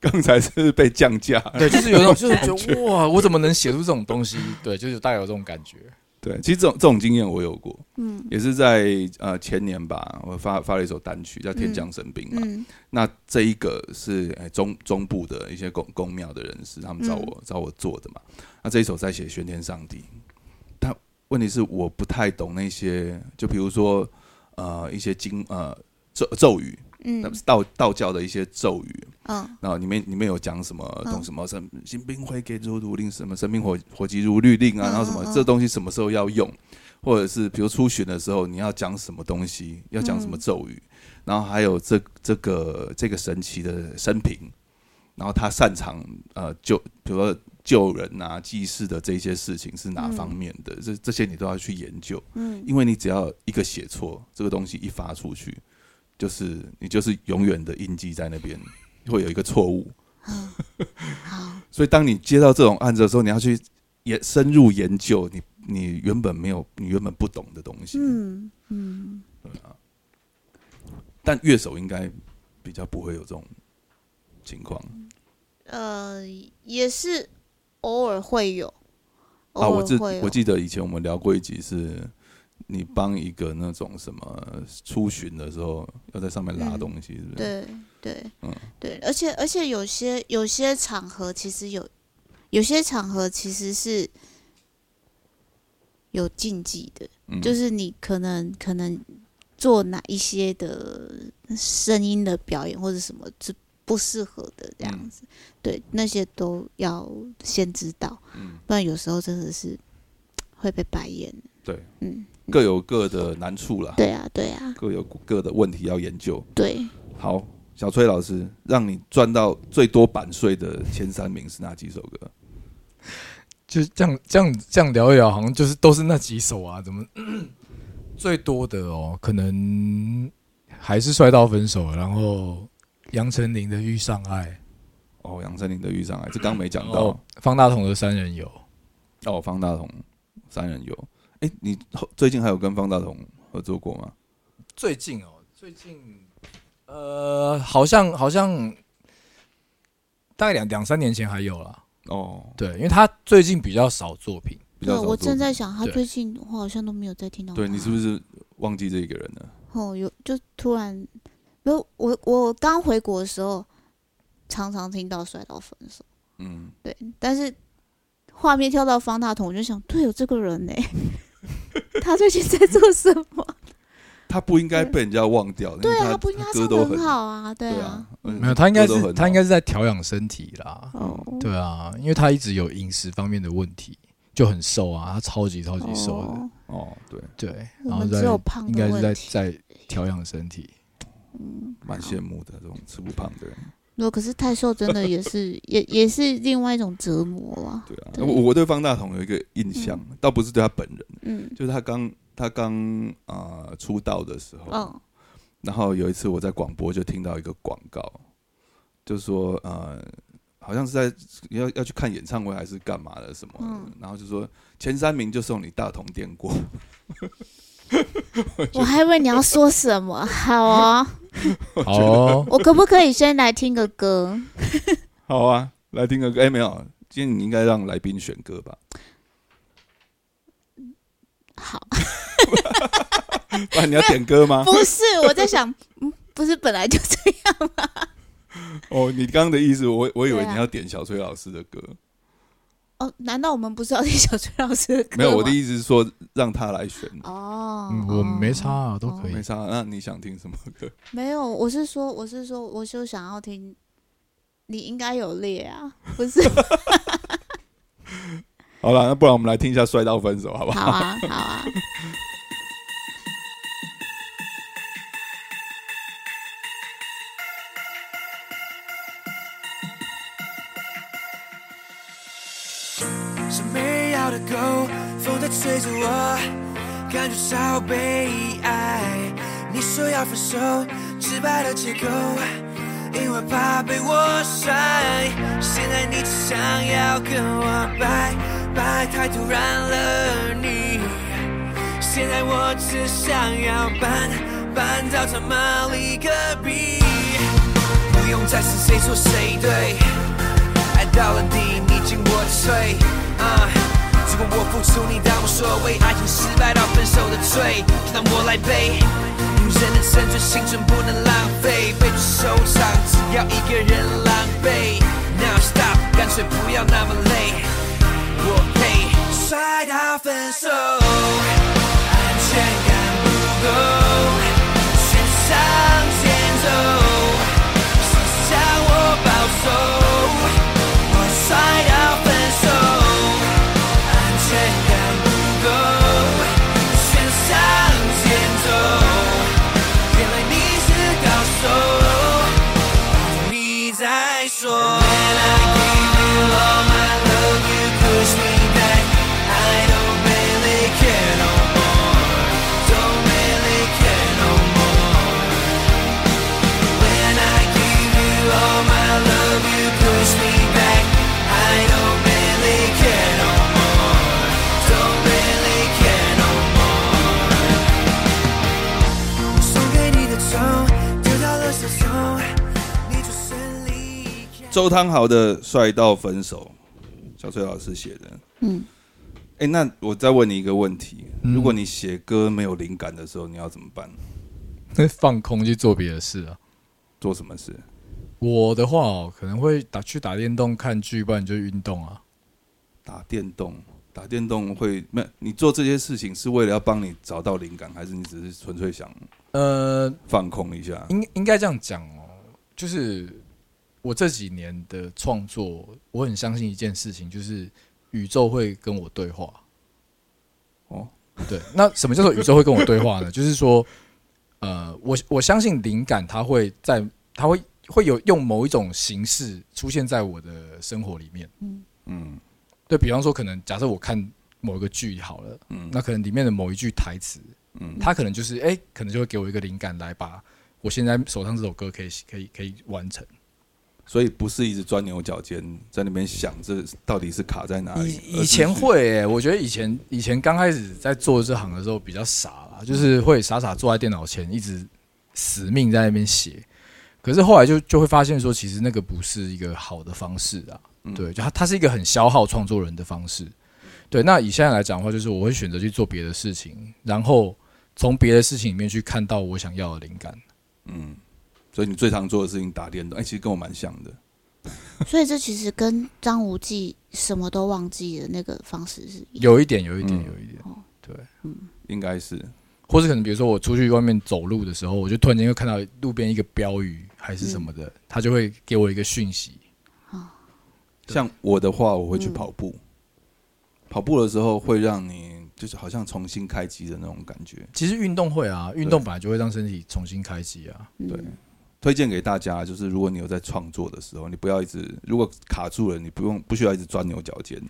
刚才是被降价。
对，就是有一种就是觉得哇，我怎么能写出这种东西？对，就是大概有这种感觉。
对，其实这种这种经验我有过，
嗯
也是在呃前年吧，我发发了一首单曲叫《天降神兵》嘛。
嗯
那这一个是、哎中中部的一些公公庙的人士，他们找
嗯
我、找我做的嘛。那这一首在写玄天上帝，但问题是我不太懂那些，就比如说呃一些经呃咒咒语，那
嗯
道道教的一些咒语，
嗯
然后里面里面有讲什么
嗯
懂什么神新兵挥给如如令什么神兵火火急如律令啊，
嗯
然后什么
嗯嗯
这东西什么时候要用，或者是比如出巡的时候你要讲什么东西，要讲什么咒
嗯
语，然后还有这这个这个神奇的生平，然后他擅长呃救，比如说救人啊、祭祀的这些事情是哪方面的，这这些你都要去研究，
嗯
因为你只要一个写错，这个东西一发出去，就是你就是永远的印记在那 边，会有一个错误。
好
所以当你接到这种案子的时候，你要去研深入研究你你原本没有你原本不懂的东西。
嗯嗯
但乐手应该比较不会有这种情况
呃也是偶尔会有
啊。
偶
我
尔
记
哦会有
我记得以前我们聊过一集是。你帮一个那种什么出巡的时候，要在上面拉
嗯
东西，是不是？
对对
嗯
对，而且而且有些有些场合其实有有些场合其实是有禁忌的，
嗯
就是你可能可能做哪一些的声音的表演或者什么是不适合的这样
嗯
子，对那些都要先知道，
嗯
不然有时候真的是会被白眼。
对，
嗯，
各有各的难处啦，
对啊，对啊，
各有各的问题要研究。
对，
好，小崔老师，让你赚到最多版税的前三名是哪几首歌？
就这样这样这样聊一聊，好像就是都是那几首啊，怎么 最多的哦，可能还是摔到分手，然后杨丞琳的《遇上爱》，
哦，杨丞琳的《遇上爱》，这刚没讲
然
到
后。方大同的《三人游》，
哦，方大同三人游。哎、你后最近还有跟方大同合作过吗？
最近哦，最近呃，好像好像大概两两三年前还有啦，
哦，
对，因为他最近比较少作品，
比较
对
少
啊我
做
正在想，啊他
对
最近我好像都没有再听到他。
对你是不是忘记这个人了？
哦，有就突然，没有我我刚回国的时候，常常听到摔到分手，
嗯，
对，但是画面跳到方大同，我就想，对，有这个人呢、 他最近在做什 么？
他不应该被人家忘掉，
对
因为
啊，
他
不应该
歌
唱
都
的
很
很，好啊，对
对
啊，，
嗯
没有，他应该
歌都很
是
好
他应该是在调养身体啦，
哦，
对啊，因为他一直有饮食方面的问题，就很瘦啊，他超级超级瘦的，
哦，
哦，对，
对，
我
然后
们只有
在
胖
应
的
该是在
问题，
在调养身体，
嗯，
蛮
好
羡慕的这种吃不胖的人。
如果可是太瘦，真的也是 也也是另外一种折磨啊，
对啊，
对
我我对方大同有一个印象，倒不是对他本人，
嗯，
就是他刚他刚啊、呃出道的时候，
啊
哦，
然后有一次我在广播就听到一个广告，就说呃，好像是在要要去看演唱会还是干嘛的什么的
嗯
然后就说前三名就送你大同电锅，
我还以为你要说什 么，好哦。
好哦，
我可不可以先来听个歌？
好啊，来听个歌，哎、没有，今天你应该让来宾选歌吧，
好，
啊
不然你要点歌吗？
不是我在想， 嗯，不是本来就这样吗？
哦，你刚刚的意思，我我以为
对啊
你要点小崔老师的歌，
哦，难道我们不是要听小崔老师的歌吗？
没有，我的意思是说让他来选。
哦、
嗯我没差啊，都可以
没。啥，那你想听什么歌？
没有，我是说，我是说，我就想要听，你应该有列啊，不是？
好了，那不然我们来听一下《摔到分手》，好不好？
好啊，好啊，
是没药的狗，风在吹着我，感觉超悲哀。你说要分手，直白的借口，因为怕被我甩。现在你只想要跟我拜拜，太突然了你。现在我只想要搬搬到他妈里隔壁，不用再是谁错谁对，爱到了底你进我的腿。啊、如果我付出你当无所谓，爱情失败到分手的罪，就让我来背。女人的生存，青春不能浪费，被拒收场，只要一个人狼狈。Now stop，干脆不要那么累，我配摔到分手，安全感不够，先向前走，谁向我保守？我摔到分手。安全感不够，全向前走。原来你是高手，你在说。When I give you all my love, you push me back. I don't really care no more. Don't really care no more. When I give you all my love, you push me back. I don't really care no more. Don't really care no more. 送给你的酒丢到了手中，你转身离开。
周汤豪的《帅到分手》，小崔老师写的。
嗯，
哎、那我再问你一个问题：
嗯
如果你写歌没有灵感的时候，你要怎么办？
放空去做别的事啊。
做什么事？
我的话哦，可能会打去打电动、看剧，不然就运动啊。
打电动，打电动会没有？你做这些事情是为了要帮你找到灵感，还是你只是纯粹想
呃，
放空一下？
应应该这样讲哦，就是我这几年的创作，我很相信一件事情，就是宇宙会跟我对话。
哦，
对，那什么叫做宇宙会跟我对话呢？就是说，呃，我我相信灵感它会在，它会会有用某一种形式出现在我的生活里面。
嗯
对比方说，可能假设我看某一个剧好了，
嗯
那可能里面的某一句台词，
嗯
它可能就是哎、可能就会给我一个灵感来把我现在手上这首歌可以可以可以完成。
所以不是一直钻牛角尖，在那边想这到底是卡在哪里？
以以前会、欸，我觉得以前以前刚开始在做这行的时候比较傻啦，就是会傻傻坐在电脑前一直死命在那边写。可是后来就就会发现说，其实那个不是一个好的方式啊。对，就它它是一个很消耗创作人的方式。对，那以现在来讲的话，就是我会选择去做别的事情，然后从别的事情里面去看到我想要的灵感。
嗯，所以你最常做的事情打电动，哎、其实跟我蛮像的。
所以这其实跟张无忌什么都忘记的那个方式是一样。
有一点，有一点，
嗯
有一点。对，
应该是
或是可能比如说我出去外面走路的时候，我就突然间会看到路边一个标语还是什么的，他就会给我一个讯息。对
像我的话，我会去跑
嗯
步。跑步的时候会让你就是好像重新开机的那种感觉。
其实运动会啊，运动本来就会让身体重新开机啊。
对，
嗯
推荐给大家就是，如果你有在创作的时候，你不要一直如果卡住了，你不用不需要一直钻牛角尖，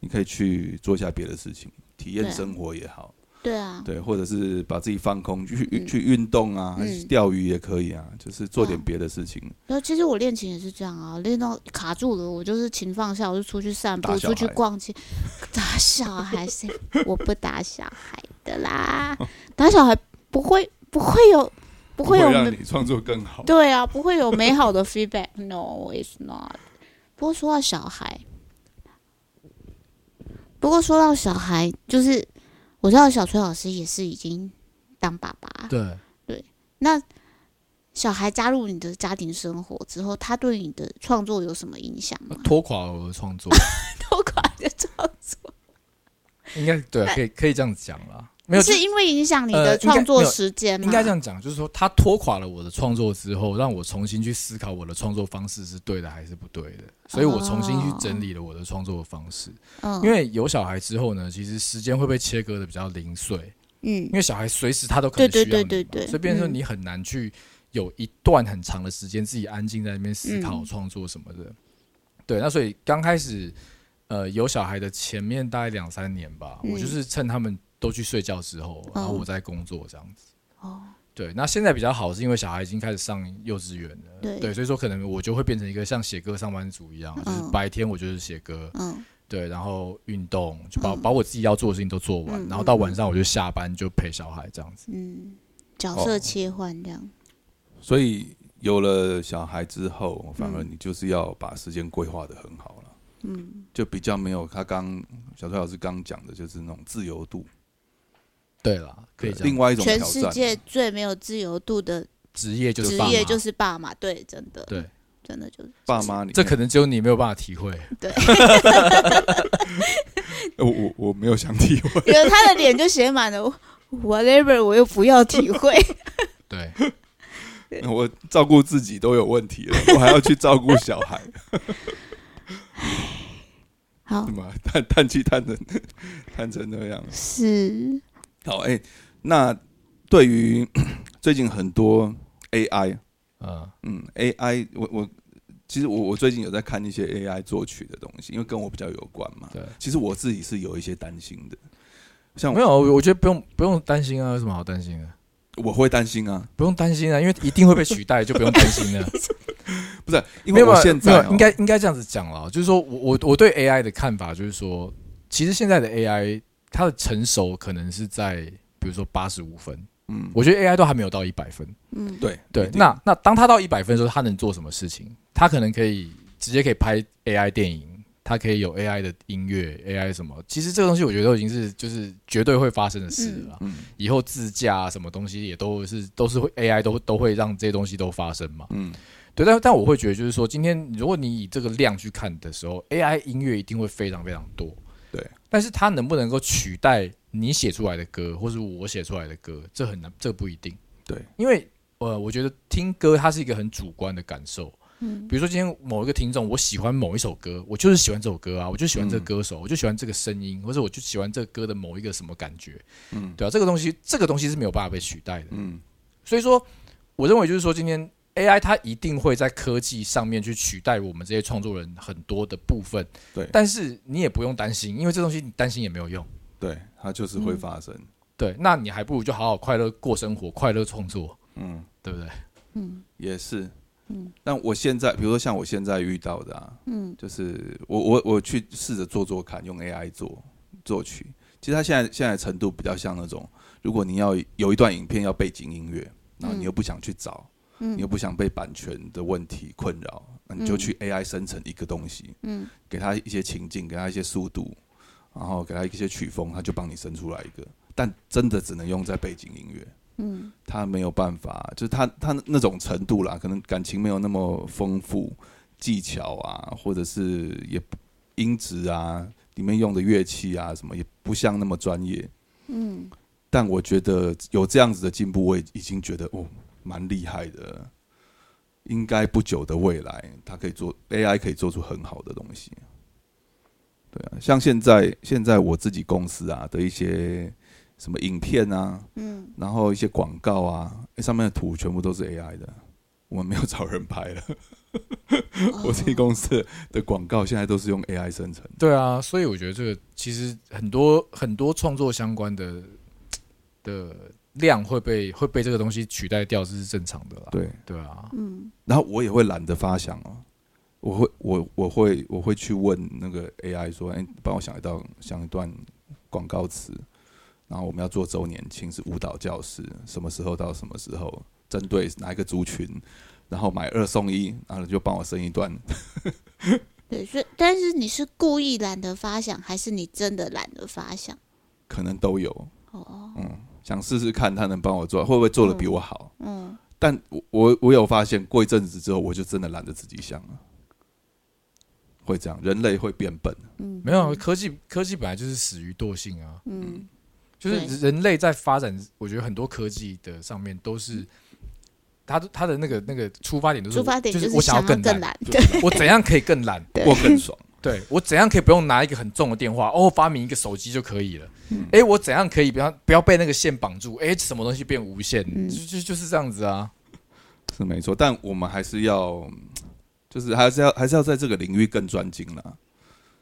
你可以去做一下别的事情，体验
对啊
生活也好，
对啊，
对，或者是把自己放空，去、
嗯
去运动啊，
嗯
还是钓鱼也可以啊，就是做点
哦
别的事情。
然后其实我练琴也是这样啊，练到卡住了，我就是琴放下，我就出去散
打
步，
小
出去
孩
逛街， 打小孩谁？我不打小孩的啦， 打小孩不会不会有不会有美
你创作更好。
对啊，不会有美好的 feedback。No，it's not。不过说到小孩，不过说到小孩，就是我知道小崔老师也是已经当爸爸了，
对，
那小孩加入你的家庭生活之后，他对你的创作有什么影响 吗？
拖垮我的创 作，
都垮的创作，
应该对啊、可以可以这样讲啦。没有，就是
因为影响你的
呃应该
创
没
作
有
时间吗？
应该这样讲，就是说他拖垮了我的创作之后，让我重新去思考我的创作方式是对的还是不对的，所以我重新去整理了我的创作方式。
嗯，
因为有小孩之后呢，其实时间会被切割的比较零碎，
嗯
因，为小孩随时他都可能需要你嘛，
对对对对对
所以变成说
嗯
你很难去有一段很长的时间自己安静在那边思考
嗯
创作什么的。对，那所以刚开始呃有小孩的前面大概两三年吧，
嗯
我就是趁他们都去睡觉之后，然后
哦
我在工作这样子。
哦，
对，那现在比较好，是因为小孩已经开始上幼稚园了，
对
嗯对，所以说可能我就会变成一个像写歌上班族一样，就是
嗯
白天我就是写歌，
嗯
对，然后运动，就把、
嗯
把我自己要做的事情都做完，
嗯
然后到晚上我就下班就陪小孩这样子。
嗯，角色
哦
切换这样，
所以有了小孩之后，反而
嗯
你就是要把时间规划的很好了，
嗯
就比较没有他刚小崔老师刚讲的，就是那种自由度，
对啦，可以这
另
样。
外一种挑
全世
战。
界最没有自由度的
职业啊就是
职
爸
业
妈
就是爸妈，对，真的，
对，
真的就是
爸妈里面，
这可能只有你没有办法体会。
呃我我我没有想体 会，
因为他的脸就写满了 whatever，我又不要体会，
对，
我照顾自己都有问题了，我还要去照顾小孩，
好
对吗？ 叹叹气叹成叹成那样。
是，
好，哎、那对于最近很多 AI，
嗯
嗯，AI，我我其实我我最近有在看一些 AI 作曲的东西，因为跟我比较有关嘛。
对，
其实我自己是有一些担心的，像
没
我
有，我我觉得不用不用担心啊，有什么好担心的？
我会担心啊，
不用担心啊，因为一定会被取代，就不用担心了。
不是 因为
没有
我
没有
现在
没
哦
有应该应该这样子讲了，就是说我我我对 AI 的看法就是说，其实现在的 AI 它的成熟可能是在比如说八十五分，
嗯，
我觉得 AI 都还没有到一百分。
嗯，
对
对，
一定
那那当他到一百分的时候，他能做什么事情？他可能可以直接可以拍 AI 电影，他可以有 AI 的音乐，AI 什么？其实这个东西我觉得都已经是就是绝对会发生的事了啦。
嗯
以后自驾、啊、什么东西也都是都是会 AI 都都会让这些东西都发生嘛。
嗯
对，但但我会觉得就是说，今天如果你以这个量去看的时候，AI 音乐一定会非常非常多。
对，
但是它能不能够取代你写出来的歌，或是我写出来的歌，这很难，这不一定。
对，
因为呃，我觉得听歌它是一个很主观的感受。
嗯
比如说今天某一个听众，我喜欢某一首歌，我就是喜欢这首歌啊，我就喜欢这个歌手，我就喜欢这个声音，或者我就喜欢这个歌的某一个什么感觉，
嗯
对啊，这个东西，这个东西是没有办法被取代的。
嗯
所以说，我认为就是说，今天 AI 它一定会在科技上面去取代我们这些创作人很多的部分。
对
但是你也不用担心，因为这东西你担心也没有用。
对，它就是
嗯
会发生，
对，那你还不如就好好快乐过生活，快乐创作，
嗯，
对不对？
嗯
也是，
嗯
但我现在比如说像我现在遇到的啊，
嗯
就是我我我去试着做做看，用 AI 做作曲。其实它现在现在程度比较像那种，如果你要有一段影片要背景音乐，然后你又不想去找，你又
嗯
不想被版权的问题困扰，那你就去 AI 生成一个东西，
嗯
给它一些情境，给它一些速度，然后给它一些曲风，它就帮你生出来一个。但真的只能用在背景音乐，
嗯
它没有办法，就是它它那种程度啦，可能感情没有那么丰富，技巧啊，或者是也不音质啊，里面用的乐器啊什么也不像那么专业。
嗯，
但我觉得有这样子的进步，我也已经觉得哦，蛮厉害的。应该不久的未来，它可以做 AI 可以做出很好的东西。对啊，像现在现在我自己公司啊的一些什么影片啊，
嗯，
然后一些广告啊，诶上面的图全部都是 AI 的，我们没有找人拍了。 我自己公司的广告现在都是用 AI 生成的。
对啊，所以我觉得这个其实很多很多创作相关的的量会被会被这个东西取代掉，这是正常的啦。
对，
对啊，
嗯
然后我也会懒得发想哦，我会我我会我会去问那个 AI 说，哎，帮我想一道想一段广告词，然后我们要做周年庆是舞蹈教室，什么时候到什么时候，针对哪一个族群，然后买二送一，然后你就帮我生一段，
对，所以但是你是故意懒得发想，还是你真的懒得发想？
可能都有，
哦，
嗯，想试试看他能帮我做，会不会做的比我好？
嗯，
但我我我有发现，过一阵子之后，我就真的懒得自己想了，会这样，人类会变笨。
嗯，
没有啊科技科技本来就是死于惰性啊。
嗯，
就是人类在发展，我觉得很多科技的上面都是，它它的那个那个出发点都
嗯
是
出发点
就是
是
我
想
要更
更
懒，
懒，
对
对，
我怎样可以更懒？
过更爽。
对我怎样可以不用拿一个很重的电话，哦，发明一个手机就可以了。诶，我怎样可以不要不要被那个线绑住？诶，什么东西变无限？
嗯
就就就是这样子啊。
是没错，但我们还是要，嗯就是还是要还是要在这个领域更专精啦。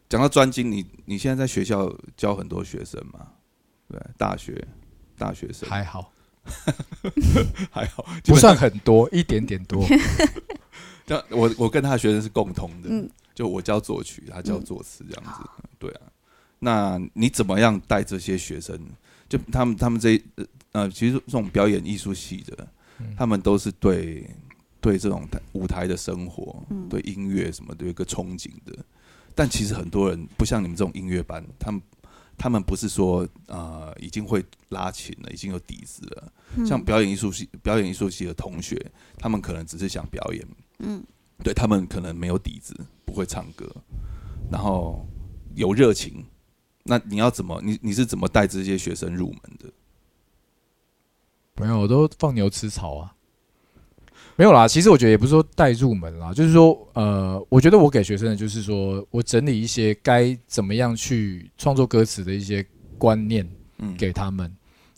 讲到专精，你你现在在学校教很多学生嘛？对，大学大学生
还好，
还好，基
不
本上
算很多，一点点多。
但我我跟他的学生是共通的，
嗯
就我教作曲，他教作词，这样子、对啊，那你怎么样带这些学生？就他们他们这一呃呃，其实这种表演艺术系的，他们都是对对这种台舞台的生活、对音乐什么的有一个憧憬的。但其实很多人不像你们这种音乐班，他们他们不是说呃已经会拉琴了，已经有底子了。像表演艺术系表演艺术系的同学，他们可能只是想表演，
嗯，
对他们可能没有底子，不会唱歌，然后有热情。那你要怎么？你你是怎么带这些学生入门的？
没有，我都放牛吃草啊。没有啦，其实我觉得也不是说带入门啦，就是说，呃，我觉得我给学生的就是说我整理一些该怎么样去创作歌词的一些观念
嗯，
给他们。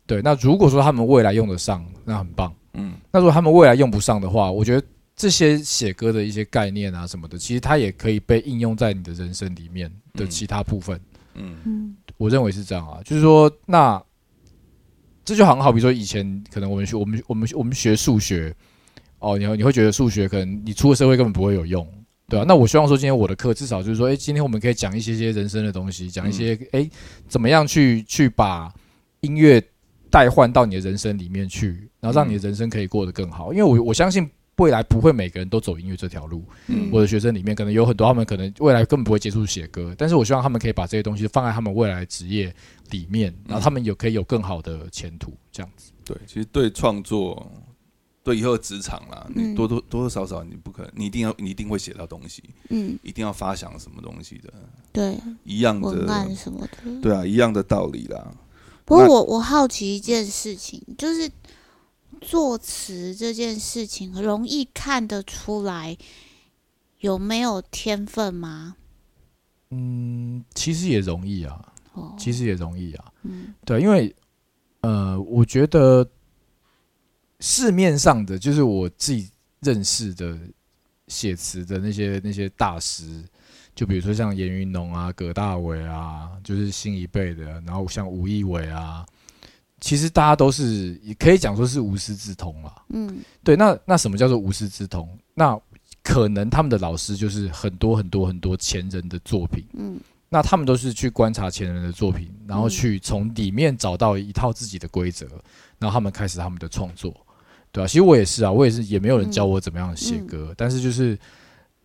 对，那如果说他们未来用得上，那很棒。
嗯
那如果他们未来用不上的话，我觉得这些写歌的一些概念啊什么的，其实它也可以被应用在你的人生里面的其他部分。
嗯
嗯
我认为是这样啊，就是说，那这就好像好比说以前可能我们学我们我们我们学数学，哦，你会你会觉得数学可能你出了社会根本不会有用，对啊，那我希望说今天我的课至少就是说，诶，今天我们可以讲一些些人生的东西，讲一些诶，怎么样去去把音乐代换到你的人生里面去，然后让你的人生可以过得更好，因为我我相信。未来不会每个人都走音乐这条路，
嗯
我的学生里面可能有很多，他们可能未来根本不会接触写歌，但是我希望他们可以把这些东西放在他们未来的职业里面，然后他们有可以有更好的前途，这样子。
对，其实对创作，对以后的职场啦，
嗯
你多多多多少少你不可能，你一定要你一定会写到东西，
嗯，
一定要发想什么东西的，
对，
一样
嗯
文案
的，
什么的。
对啊，一样的道理啦。
不过
那
我我好奇一件事情，就是作词这件事情，容易看得出来有没有天分吗？
嗯，其实也容易啊，
哦，
其实也容易啊，
嗯
对，因为呃，我觉得市面上的就是我自己认识的写词的那些那些大师，就比如说像严云农啊、葛大为啊，就是新一辈的，然后像吴亦伟啊，其实大家都是也可以讲说是无师自通啦。
嗯
对，那那什么叫做无师自通？那可能他们的老师就是很多很多很多前人的作品，
嗯
那他们都是去观察前人的作品，然后
嗯
去从里面找到一套自己的规则，然后他们开始他们的创作，对啊，其实我也是啊，我也是，也没有人教
嗯
我怎么样写歌，但是就是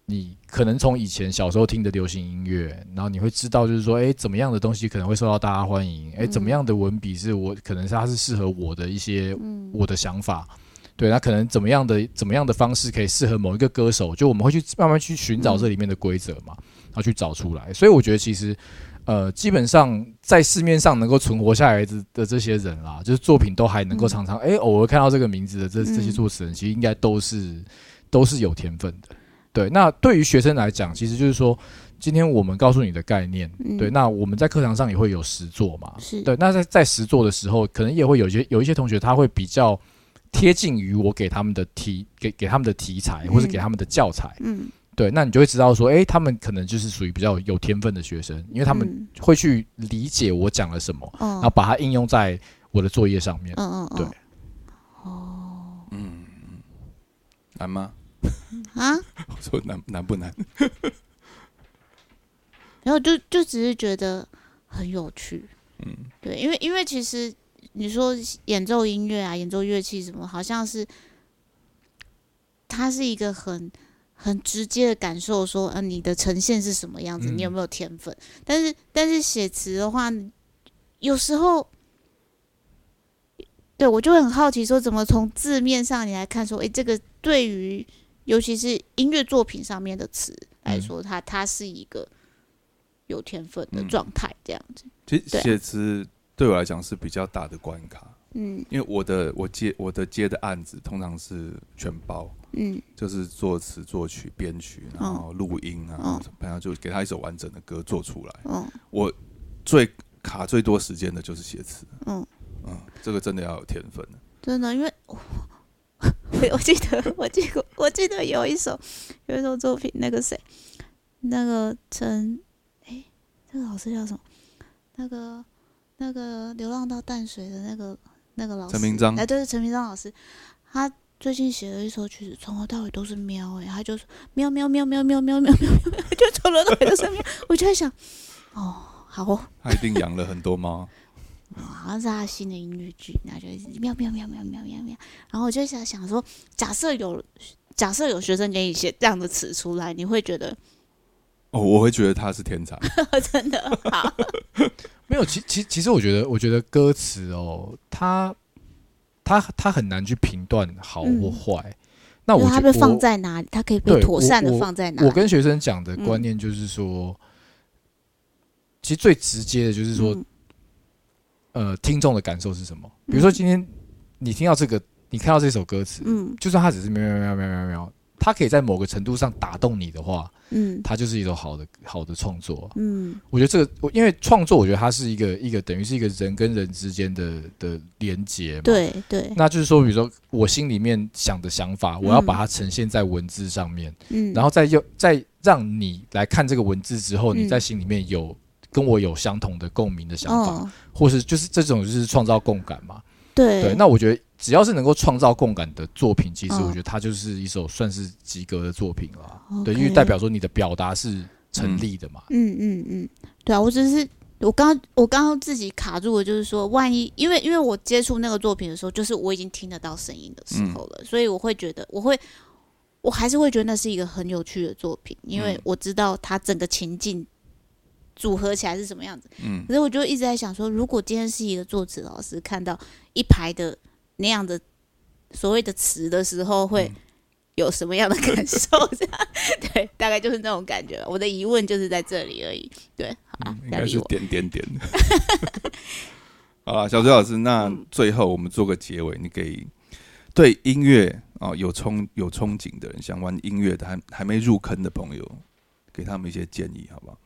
你可能从以前小时候听的流行音乐，然后你会知道，就是说，诶，怎么样的东西可能会受到大家欢迎，
嗯
诶，怎么样的文笔是我可能是它是适合我的一些
嗯
我的想法。对，那可能怎么样的怎么样的方式可以适合某一个歌手？就我们会去慢慢去
嗯
寻找这里面的规则嘛，然后去找出来。所以我觉得其实，呃，基本上在市面上能够存活下来的的这些人啦，就是作品都还能
嗯
够常常哎、诶偶尔看到这个名字的这这些
嗯
作词人，其实应该都是都是有天分的。对，那对于学生来讲，其实就是说，今天我们告诉你的概念，
嗯
对，那我们在课堂上也会有实作嘛，
是
对，那在在实作的时候，可能也会有一些有一些同学他会比较贴近于我给他们的题给给他们的题材，或是
嗯
给他们的教材，
嗯，
对，那你就会知道说，诶，他们可能就是属于比较有天分的学生，因为他们
嗯
会去理解我讲了什么，
哦
然后把它应用在我的作业上面。
嗯嗯嗯，
对
难吗？
啊，
我说难难不难？
然后就就只是觉得很有趣，
嗯，
对，因为因为其实你说演奏音乐啊，演奏乐器什么，好像是它是一个很很直接的感受说，嗯、你的呈现是什么样子，
嗯
你有没有天分？但是但是写词的话，有时候。对，我就会很好奇，说怎么从字面上你来看，说，诶，这个对于尤其是音乐作品上面的词来
嗯
说，它它是一个有天分的
嗯
状态，这样子。
其实
对啊
写词对我来讲是比较大的关卡，
嗯
因为我的我接我的接的案子通常是全包，
嗯
就是作词、作曲、编曲，然后录音啊
嗯，
然后就给他一首完整的歌做出来。
嗯
我最卡最多时间的就是写词，
嗯，
嗯，这个真的要有天分。
真的，因为我我我记得我记得我记得有一首有一首作品，那个谁，那个陈，哎，那个老师叫什么？那个那个流浪到淡水的那个那个老师，
陈明章
哎，对，陈明章老师，他最近写了一首曲子，从头到尾都是喵、哎，他就说喵喵喵喵喵喵喵喵，喵就从头到尾都是喵，我就在想，哦，好哦，
他一定养了很多猫。
好嗯像是他新的音乐剧，然后就一直喵喵喵喵喵喵喵，然后我就想想说，假设有假设有学生给你写这样的词出来，你会觉得
哦，我会觉得他是天才。
真的好，
没有，其其其实我觉得，我觉得歌词哦，它它它很难去评断好或
嗯
坏。那我
就是
觉
它
得
被放在哪里，它可以被
对
妥善
我
的
我
放在哪嗯
我
里。
跟学生讲的观念就是说，其实最直接的就是说，
嗯
呃，听众的感受是什么？比如说今天你听到这个，你看到这首歌词，
嗯
就算它只是喵喵喵喵喵喵，它可以在某个程度上打动你的话，
嗯
它就是一种好的好的创作啊。
嗯
我觉得这个，我因为创作，我觉得它是一个一个等于是一个人跟人之间的的连接嘛。。
对对，
那就是说，比如说我心里面想的想法，我要
嗯
把它呈现在文字上面，
嗯，
然后再又再让你来看这个文字之后，
嗯
你在心里面有跟我有相同的共鸣的想法，
哦，
或是就是这种就是创造共感嘛。
对
对，那我觉得只要是能够创造共感的作品，其实
嗯
我觉得它就是一首算是及格的作品了。
OK
对，因为代表说你的表达是成立的嘛。
嗯嗯嗯，对啊，我只是我刚我刚刚自己卡住了，就是说，万一因为因为我接触那个作品的时候，就是我已经听得到声音的
嗯
时候了，所以我会觉得我会。我还是会觉得那是一个很有趣的作品，因为
嗯
我知道它整个情境组合起来是什么样子。
嗯
可是我就一直在想说，如果今天是一个作词老师看到一排的那样的所谓的词的时候，会
嗯
有什么样的感受？ 这样对，大概就是那种感觉吧。我的疑问就是在这里而已。对，好啊，
嗯
应
不要
该
理
是
我。
点点点。 好了，小周老师，那最后我们做个结尾，你给对音乐啊、有憧有憧憬的人，想玩音乐的还还没入坑的朋友，给他们一些建议，好不好？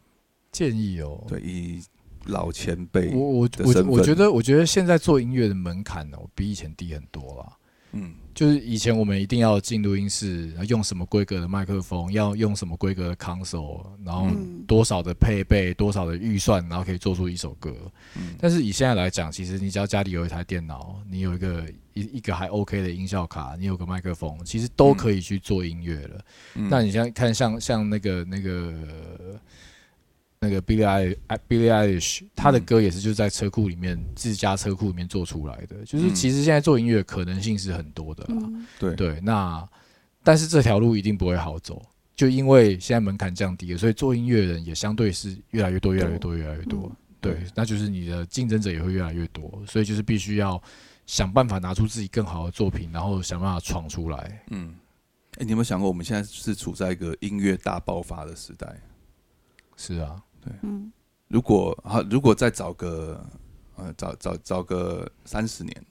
建议哦，
对，以老前辈，
我我
的
我
身
我
份
觉得我觉得现在做音乐的门槛呢、哦，比以前低很多了。
嗯
就是以前我们一定要进录音室，然后用什么规格的麦克风，要用什么规格的 console，然后
嗯
多少的配备，多少的预算，然后可以做出一首歌。
嗯
但是以现在来讲，其实你只要家里有一台电脑，你有一个一一个还 OK 的音效卡，你有个麦克风，其实都可以去做音乐了。
嗯
那你像看像像那个那个那个 Billie Eilish- Billie Eilish，他的
嗯
歌也是就在车库里面自家车库里面做出来的。就是
嗯
其实现在做音乐可能性是很多的啦。
嗯
对
对，那但是这条路一定不会好走，就因为现在门槛降低了，所以做音乐人也相对是越来越多、越来越多、越来越多。
嗯
对，那就是你的竞争者也会越来越多，所以就是必须要想办法拿出自己更好的作品，然后想办法闯出来。
嗯，哎、你有没有想过，我们现在是处在一个音乐大爆发的时代？
是啊，
嗯
如果好，如果再找个呃，找找找个三十年，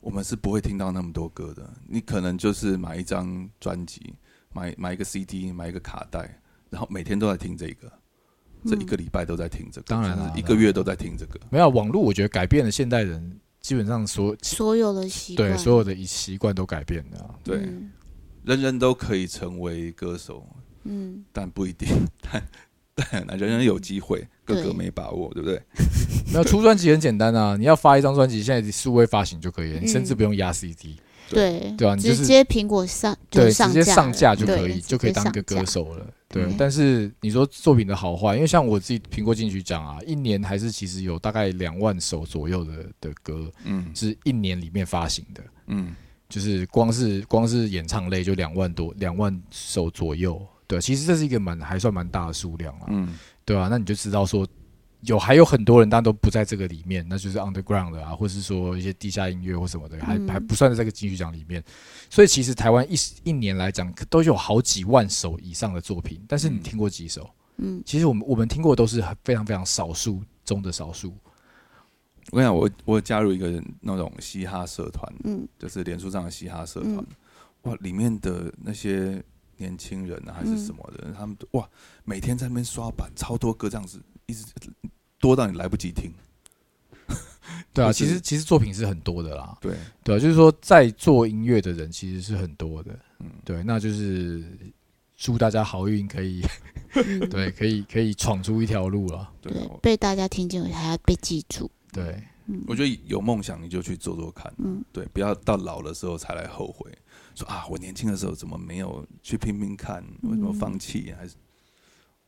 我们是不会听到那么多歌的。你可能就是买一张专辑，买买一个 CD，买一个卡带，然后每天都在听这个，这一个礼拜都在听这个，
当然啦
甚至一
当
个
然
月都在听这个。
没有网络，我觉得改变了现代人基本上所
所有的习惯，
对所有的一习惯都改变了啊、
对，
嗯
人人都可以成为歌手，
嗯，
但不一定， 但但很难人人有机会，个个
对
没把握，对不对？
没有出专辑很简单啊，你要发一张专辑，现在数位发行就可以了，你甚至
嗯
不用压 CD。
对
对啊你就
直
是
接苹果上
对，
上
直接上
架
架
了
就可以，
对
就可以当一个歌
直接上嗯
手了。对
对，
但是你说作品的好坏，因为像我自己苹果金曲奖啊，一年还是其实有大概两万首左右的的歌
嗯
是一年里面发行的，
嗯
就是光是光是演唱类就两万多两万首左右。对，其实这是一个蛮还算蛮大的数量啊，
嗯
对啊，那你就知道说有还有很多人，但都不在这个里面，那就是 underground 的啊，或是说一些地下音乐或什么的，还、
嗯
还不算在这个金曲奖里面。所以其实台湾一一年来讲，都有好几万首以上的作品，但是你
嗯
听过几首？
嗯
其实我们我们听过都是很非常非常少数中的少数。
我跟你讲，我我有加入一个那种嘻哈社团，
嗯
就是脸书上的嘻哈社团，
嗯
哇，里面的那些年轻人啊还是什么的，他们哇，每天在那边刷版，超多歌这样子，一直多到你来不及听。
对啊，
就是
其实其实作品是很多的啦，
对，
对啊，就是说在做音乐的人其实是很多的，
嗯
对，那就是祝大家好运，可以
嗯
对，可以可以闯出一条路了，
对
对
啊，我
被大家听见，还要被记住，
对。
我觉得有梦想你就去做做看，
嗯
对，不要到老的时候才来后悔，说啊，我年轻的时候怎么没有去拼拼看，为什么放弃？还是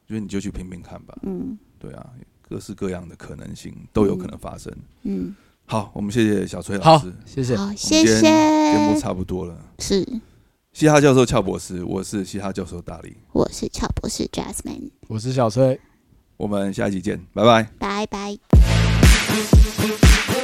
我觉得你就去拼拼看吧，
嗯
对啊，各式各样的可能性都有可能发生。
嗯，
好，我们谢谢小崔老
好
师，我们，
谢谢，
好，谢
今天节目
谢，
差不多了。
是，
嘻哈教授俏博士，我是嘻哈教授大力，
我是乔博士 Jasmine，
我是小崔。
我们下一集见，拜拜。
拜拜。
Ooh,